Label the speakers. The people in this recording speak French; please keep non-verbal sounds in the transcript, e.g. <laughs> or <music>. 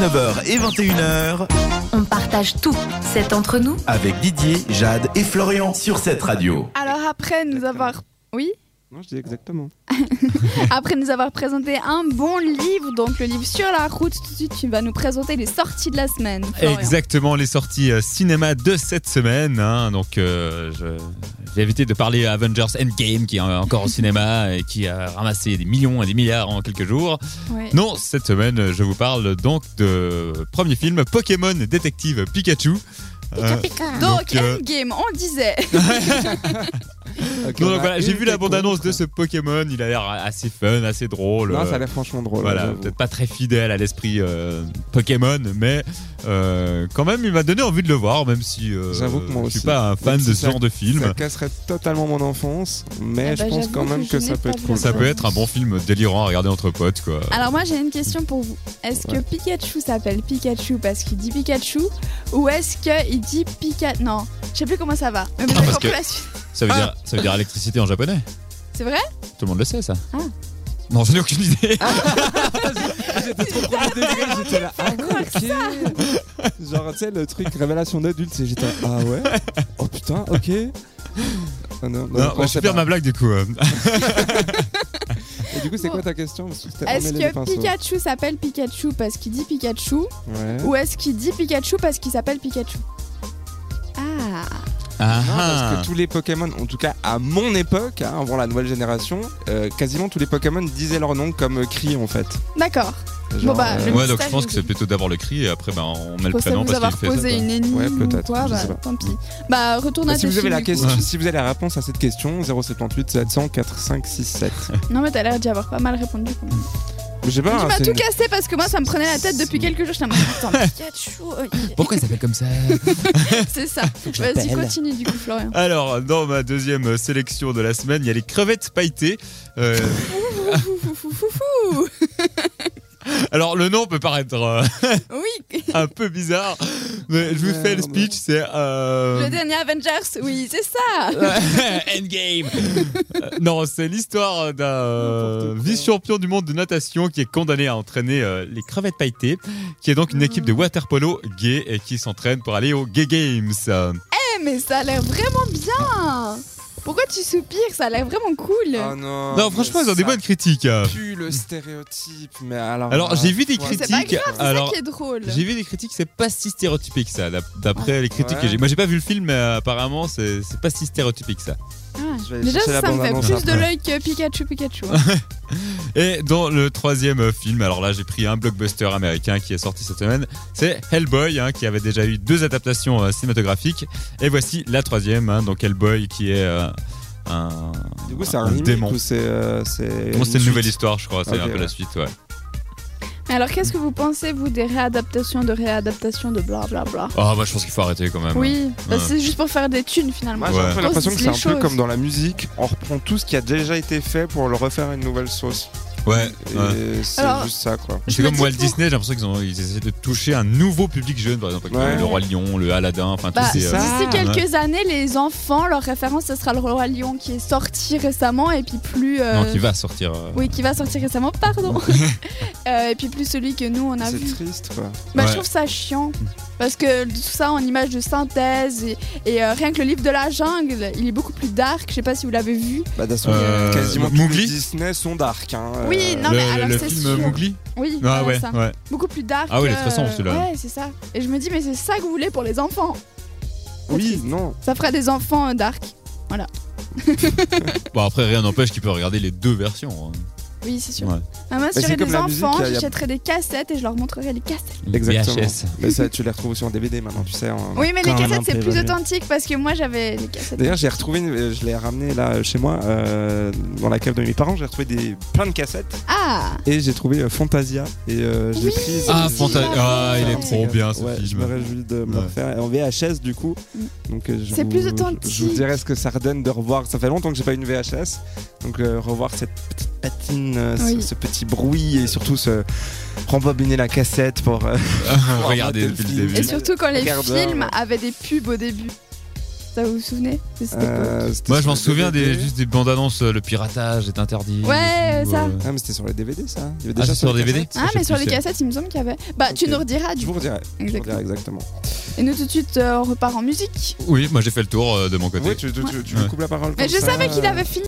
Speaker 1: 19h et 21h
Speaker 2: On partage tout, c'est entre nous.
Speaker 1: avec Didier, Jade et Florian sur cette radio.
Speaker 3: Alors après nous
Speaker 4: Exactement.
Speaker 3: avoir oui,
Speaker 4: Non, je dis exactement.
Speaker 3: <laughs> après nous avoir présenté un bon livre, donc le livre sur la route, tout de suite tu vas nous présenter les sorties de la semaine. Florian.
Speaker 5: Exactement, les sorties euh, cinéma de cette semaine. hein. donc, euh, je- j'ai évité de parler à Avengers Endgame, qui est encore
Speaker 4: <laughs>
Speaker 5: au cinéma et qui a ramassé des millions et des milliards en quelques jours.
Speaker 3: Ouais.
Speaker 5: Non, cette semaine, je vous parle donc de premier film Pokémon Détective Pikachu. Euh,
Speaker 3: Donc,
Speaker 5: Donc, euh,
Speaker 3: Endgame, on le
Speaker 5: <laughs>
Speaker 3: disait.
Speaker 4: Ok,
Speaker 5: non,
Speaker 4: on
Speaker 5: donc
Speaker 4: a
Speaker 5: voilà, j'ai
Speaker 4: une
Speaker 5: vu la
Speaker 4: des
Speaker 5: bande-annonce
Speaker 4: contre.
Speaker 5: de ce Pokémon. Il a l'air assez fun, assez drôle. euh,
Speaker 4: Non, ça a l'air franchement drôle.
Speaker 5: Voilà,
Speaker 4: j'avoue.
Speaker 5: peut-être pas très fidèle à l'esprit euh, Pokémon, mais euh, quand même, il m'a donné envie de le voir, même si euh,
Speaker 4: J'avoue que moi
Speaker 5: je suis
Speaker 4: aussi.
Speaker 5: pas un fan
Speaker 4: Même si
Speaker 5: de ce
Speaker 4: ça-
Speaker 5: genre de film.
Speaker 4: Ça casserait totalement mon enfance, mais
Speaker 3: Eh
Speaker 4: je
Speaker 3: ben,
Speaker 4: pense
Speaker 3: j'avoue
Speaker 4: quand même
Speaker 3: que
Speaker 4: que,
Speaker 3: je n'ai
Speaker 4: ça peut
Speaker 3: pas
Speaker 4: être
Speaker 3: vu
Speaker 4: cool.
Speaker 3: la
Speaker 5: Ça peut
Speaker 3: Ouais.
Speaker 5: être un bon film délirant à regarder entre potes, quoi.
Speaker 3: Alors moi j'ai une question pour vous. Est-ce que
Speaker 4: Ouais.
Speaker 3: Pikachu s'appelle Pikachu parce qu'il dit Pikachu ou est-ce qu'il dit Pika Non, je sais plus comment ça va. Mais vous
Speaker 5: Ah,
Speaker 3: avez
Speaker 5: parce
Speaker 3: compris
Speaker 5: que-
Speaker 3: la suite.
Speaker 5: Ça veut
Speaker 3: Ah.
Speaker 5: dire, ça veut dire électricité en japonais.
Speaker 3: C'est vrai
Speaker 5: Tout le monde le sait, ça.
Speaker 3: Ah.
Speaker 5: Non, j'en ai aucune idée.
Speaker 4: Ah, J'étais trop premier degré, j'étais là. Ah, ouais, ok. Genre, tu sais, le truc révélation d'adulte, c'est j'étais là, Ah
Speaker 5: <laughs>
Speaker 4: ouais Oh putain, ok. Ah, non, non,
Speaker 5: Non, bah,
Speaker 4: non,
Speaker 5: je
Speaker 4: c'est
Speaker 5: perds
Speaker 4: pas.
Speaker 5: ma blague du coup. euh.
Speaker 4: Et du coup, c'est quoi ta question Parce que c'était
Speaker 3: Est-ce
Speaker 4: emmêlé les
Speaker 3: que
Speaker 4: pinceaux.
Speaker 3: Pikachu s'appelle Pikachu parce qu'il dit Pikachu
Speaker 4: Ouais.
Speaker 3: ou est-ce qu'il dit Pikachu parce qu'il s'appelle Pikachu Ah
Speaker 5: Ah,
Speaker 4: Non,
Speaker 5: ah.
Speaker 4: parce que tous les Pokémon, en tout cas à mon époque, hein, avant la nouvelle génération, euh, quasiment tous les Pokémon disaient leur nom comme euh, cri en fait.
Speaker 3: d'accord.
Speaker 4: Genre,
Speaker 3: bah,
Speaker 4: euh,
Speaker 3: le
Speaker 5: Ouais, donc je
Speaker 3: mystère,
Speaker 5: pense
Speaker 3: je
Speaker 5: que c'est
Speaker 3: dis.
Speaker 5: plutôt d'abord le cri et après ben, on met le
Speaker 3: Pour ça
Speaker 5: prénom
Speaker 3: vous
Speaker 5: parce
Speaker 3: avoir
Speaker 5: qu'il fait ça.
Speaker 3: posé
Speaker 5: quoi.
Speaker 3: une énigme
Speaker 4: Ouais,
Speaker 3: ou
Speaker 4: peut-être,
Speaker 3: quoi
Speaker 4: je
Speaker 3: bah,
Speaker 4: sais pas.
Speaker 3: Tant pis. Bah retourne
Speaker 4: bah,
Speaker 3: à
Speaker 4: si
Speaker 3: tes
Speaker 4: vous avez la
Speaker 3: films, du coup.
Speaker 4: question, si vous avez la réponse à cette question, 078 700 4567.
Speaker 3: Non mais t'as l'air d'y avoir pas mal répondu. quand même.
Speaker 4: Je sais pas, hein,
Speaker 3: tu m'as
Speaker 4: c'est
Speaker 3: tout
Speaker 4: une-
Speaker 3: cassé parce que moi ça me prenait la tête depuis quelques jours. J'étais en mode, attends, Pikachu, ok.
Speaker 5: Pourquoi il s'appelle comme ça
Speaker 3: oh,
Speaker 4: <laughs>
Speaker 3: c'est ça. Vas-y, continue du coup, Florian.
Speaker 5: Alors, dans ma deuxième sélection de la semaine, il y a les crevettes pailletées. Euh, alors, le nom peut paraître euh, <laughs>
Speaker 3: Oui,
Speaker 5: un peu bizarre, mais je vous fais le speech, c'est... euh, <laughs>
Speaker 3: le dernier Avengers, oui, c'est ça.
Speaker 5: Endgame Euh, Non, c'est l'histoire d'un euh,
Speaker 4: N'importe quoi.
Speaker 5: vice-champion du monde de natation qui est condamné à entraîner euh, les crevettes pailletées, qui est donc une équipe de
Speaker 4: Ah.
Speaker 5: waterpolo gay et qui s'entraîne pour aller aux Gay Games.
Speaker 4: Ah,
Speaker 5: Euh,
Speaker 3: Eh, mais ça a l'air vraiment bien. Pourquoi tu soupires Ça a l'air vraiment cool.
Speaker 4: Oh non.
Speaker 5: non, franchement, ils ont des bonnes critiques. euh.
Speaker 4: Plus le stéréotype, mais alors.
Speaker 5: Alors, j'ai vu des
Speaker 4: toi,
Speaker 3: c'est pas
Speaker 5: critiques.
Speaker 3: grave, c'est ça
Speaker 5: Alors,
Speaker 3: qui est drôle.
Speaker 5: J'ai vu des critiques, c'est pas si stéréotypique ça. d'ap- D'après les critiques
Speaker 4: Ah, Ouais.
Speaker 5: que j'ai. Moi j'ai pas vu le film, mais euh, apparemment c'est c'est pas si stéréotypique ça.
Speaker 3: Ah,
Speaker 4: Je vais aller
Speaker 3: Déjà,
Speaker 4: chercher
Speaker 3: ça,
Speaker 4: la
Speaker 3: me fait
Speaker 4: bande-annonce
Speaker 3: plus de
Speaker 4: après.
Speaker 3: l'œil que Pikachu, Pikachu. hein.
Speaker 5: Et dans le troisième euh, film, alors là j'ai pris un blockbuster américain qui est sorti cette semaine, c'est Hellboy, hein, qui avait déjà eu deux adaptations euh, cinématographiques. Et voici la troisième, hein, donc Hellboy qui est euh, un.
Speaker 4: Du coup, c'est un,
Speaker 5: un
Speaker 4: remake
Speaker 5: Ah, démon.
Speaker 4: ou c'est. euh, c'est
Speaker 5: Bon, c'est une
Speaker 4: suite
Speaker 5: nouvelle histoire, je crois, c'est
Speaker 4: Ok,
Speaker 5: un peu
Speaker 4: ouais.
Speaker 5: la suite, ouais.
Speaker 3: Mais Alors, qu'est-ce que vous pensez, vous, des réadaptations de réadaptations de blablabla
Speaker 5: Oh, moi je pense qu'il faut arrêter quand même.
Speaker 3: Oui, bah,
Speaker 5: Ouais.
Speaker 3: c'est juste pour faire des thunes finalement.
Speaker 4: Moi, j'ai un peu
Speaker 3: Ouais.
Speaker 4: l'impression que c'est un
Speaker 3: Oh, Les
Speaker 4: peu
Speaker 3: choses.
Speaker 4: comme dans la musique, on reprend tout ce qui a déjà été fait pour le refaire à une nouvelle sauce.
Speaker 5: Ouais,
Speaker 4: Et
Speaker 5: ouais.
Speaker 4: c'est
Speaker 3: Alors-
Speaker 4: juste ça, quoi.
Speaker 3: Je
Speaker 5: C'est
Speaker 3: me
Speaker 5: comme
Speaker 3: dis
Speaker 5: Walt
Speaker 3: pour-
Speaker 5: Disney, j'ai l'impression qu'ils ont- ils essaient de toucher un nouveau public jeune, par exemple, avec
Speaker 4: Ouais.
Speaker 5: le Roi Lion, le Aladdin, enfin
Speaker 3: Bah,
Speaker 5: tous ces. euh,
Speaker 3: D'ici
Speaker 4: Ah,
Speaker 3: quelques années, les enfants, leur référence, ce sera le Roi Lion qui est sorti récemment et puis plus. euh,
Speaker 5: Non, qui va sortir. euh,
Speaker 3: Oui, qui va sortir récemment, pardon. <laughs> Euh, et puis plus celui que nous, on a
Speaker 4: C'est
Speaker 3: vu.
Speaker 4: triste, quoi.
Speaker 3: Bah, Je
Speaker 5: Ouais.
Speaker 3: trouve ça chiant. Parce que tout ça en images de synthèse et, et, euh, rien que le livre de la jungle, il est beaucoup plus dark. Je sais pas si vous l'avez vu.
Speaker 4: Bah,
Speaker 5: façon, Euh,
Speaker 4: quasiment tous les
Speaker 5: Mowgli
Speaker 4: Disney sont dark. Hein.
Speaker 3: Oui,
Speaker 4: Euh,
Speaker 3: non, mais alors,
Speaker 5: le
Speaker 3: c'est
Speaker 5: film
Speaker 3: sûr.
Speaker 5: Mowgli
Speaker 3: Oui,
Speaker 5: Ah
Speaker 3: voilà
Speaker 5: ouais,
Speaker 3: Euh, ça.
Speaker 5: ouais.
Speaker 3: beaucoup plus dark.
Speaker 5: Ah oui, il est
Speaker 3: euh,
Speaker 5: très sombre, celui-là.
Speaker 3: Ouais, c'est ça. Et je me dis, mais c'est ça que vous voulez pour les enfants.
Speaker 4: Oui, non.
Speaker 3: Ça fera des enfants euh, dark.
Speaker 5: Bon, après, rien n'empêche qu'il peut regarder les deux versions. hein.
Speaker 3: Oui, c'est sûr.
Speaker 5: Ouais.
Speaker 3: Ah, moi, si j'aurais
Speaker 4: Mais Bah, c'est comme
Speaker 3: des
Speaker 4: la musique,
Speaker 3: enfants,
Speaker 4: il y a-
Speaker 3: j'achèterais des cassettes et je leur montrerais les cassettes.
Speaker 4: Exactement.
Speaker 5: VHS.
Speaker 4: Mais ça, tu les retrouves aussi en DVD maintenant, tu sais. en-
Speaker 3: Oui, mais les
Speaker 4: Quand
Speaker 3: cassettes, c'est
Speaker 4: l'imprimé.
Speaker 3: plus authentique parce que moi, j'avais les cassettes.
Speaker 4: D'ailleurs, j'ai retrouvé, une- euh, je l'ai ramené là euh, chez moi, euh, dans la cave de mes parents, j'ai retrouvé des, plein de cassettes
Speaker 3: Ah
Speaker 4: et j'ai trouvé euh, Fantasia et euh, je l'ai
Speaker 3: Oui.
Speaker 4: prise.
Speaker 5: Ah,
Speaker 4: et-
Speaker 5: Fanta- ah, il est trop bien ce
Speaker 4: Ouais, Je
Speaker 5: film.
Speaker 4: me réjouis de me
Speaker 5: Ouais.
Speaker 4: refaire en VHS du coup.
Speaker 3: Mm.
Speaker 4: Donc euh, je
Speaker 3: C'est
Speaker 4: vous-
Speaker 3: plus
Speaker 4: je- Je
Speaker 3: authentique.
Speaker 4: vous dirais ce que ça redonne de revoir. Ça fait longtemps que j'ai pas eu une VHS, donc euh, revoir cette petite patine, euh, ce-
Speaker 3: Oui.
Speaker 4: ce, petit bruit et surtout ce rembobiner la cassette pour. euh,
Speaker 5: <laughs> Regardez
Speaker 4: Format
Speaker 5: depuis
Speaker 4: de
Speaker 5: le
Speaker 4: film.
Speaker 5: début.
Speaker 3: Et surtout quand les
Speaker 4: Regarde, euh,
Speaker 3: films
Speaker 4: ouais.
Speaker 3: avaient des pubs au début. Ça vous vous souvenez de cette époque
Speaker 4: Euh, c'était
Speaker 5: Moi, je
Speaker 4: sur
Speaker 5: m'en
Speaker 4: les
Speaker 5: souviens des,
Speaker 4: DVD.
Speaker 5: juste des bandes annonces, euh, le piratage est interdit.
Speaker 3: Ouais,
Speaker 5: ou,
Speaker 3: ça.
Speaker 5: euh,
Speaker 4: Ah, mais c'était sur les DVD, ça. Il y avait
Speaker 5: Ah,
Speaker 4: déjà
Speaker 5: c'est sur
Speaker 4: les
Speaker 5: DVD
Speaker 4: cassettes.
Speaker 3: Ah,
Speaker 5: Je sais
Speaker 3: mais sur
Speaker 5: plus
Speaker 3: les
Speaker 5: c'est.
Speaker 3: cassettes, il me semble qu'il y avait. Bah, tu
Speaker 4: Ok.
Speaker 3: nous rediras
Speaker 4: Je
Speaker 3: du
Speaker 4: vous
Speaker 3: coup.
Speaker 4: redirai. Je vous redirai exactement.
Speaker 3: Et nous, tout de suite, euh, on repart en musique.
Speaker 5: Oui, moi j'ai fait le tour euh, de mon côté.
Speaker 4: Oui, tu, tu, tu- tu me
Speaker 5: Ouais.
Speaker 4: coupes la parole.
Speaker 3: Mais
Speaker 4: comme
Speaker 3: je
Speaker 4: ça.
Speaker 3: savais qu'il avait fini.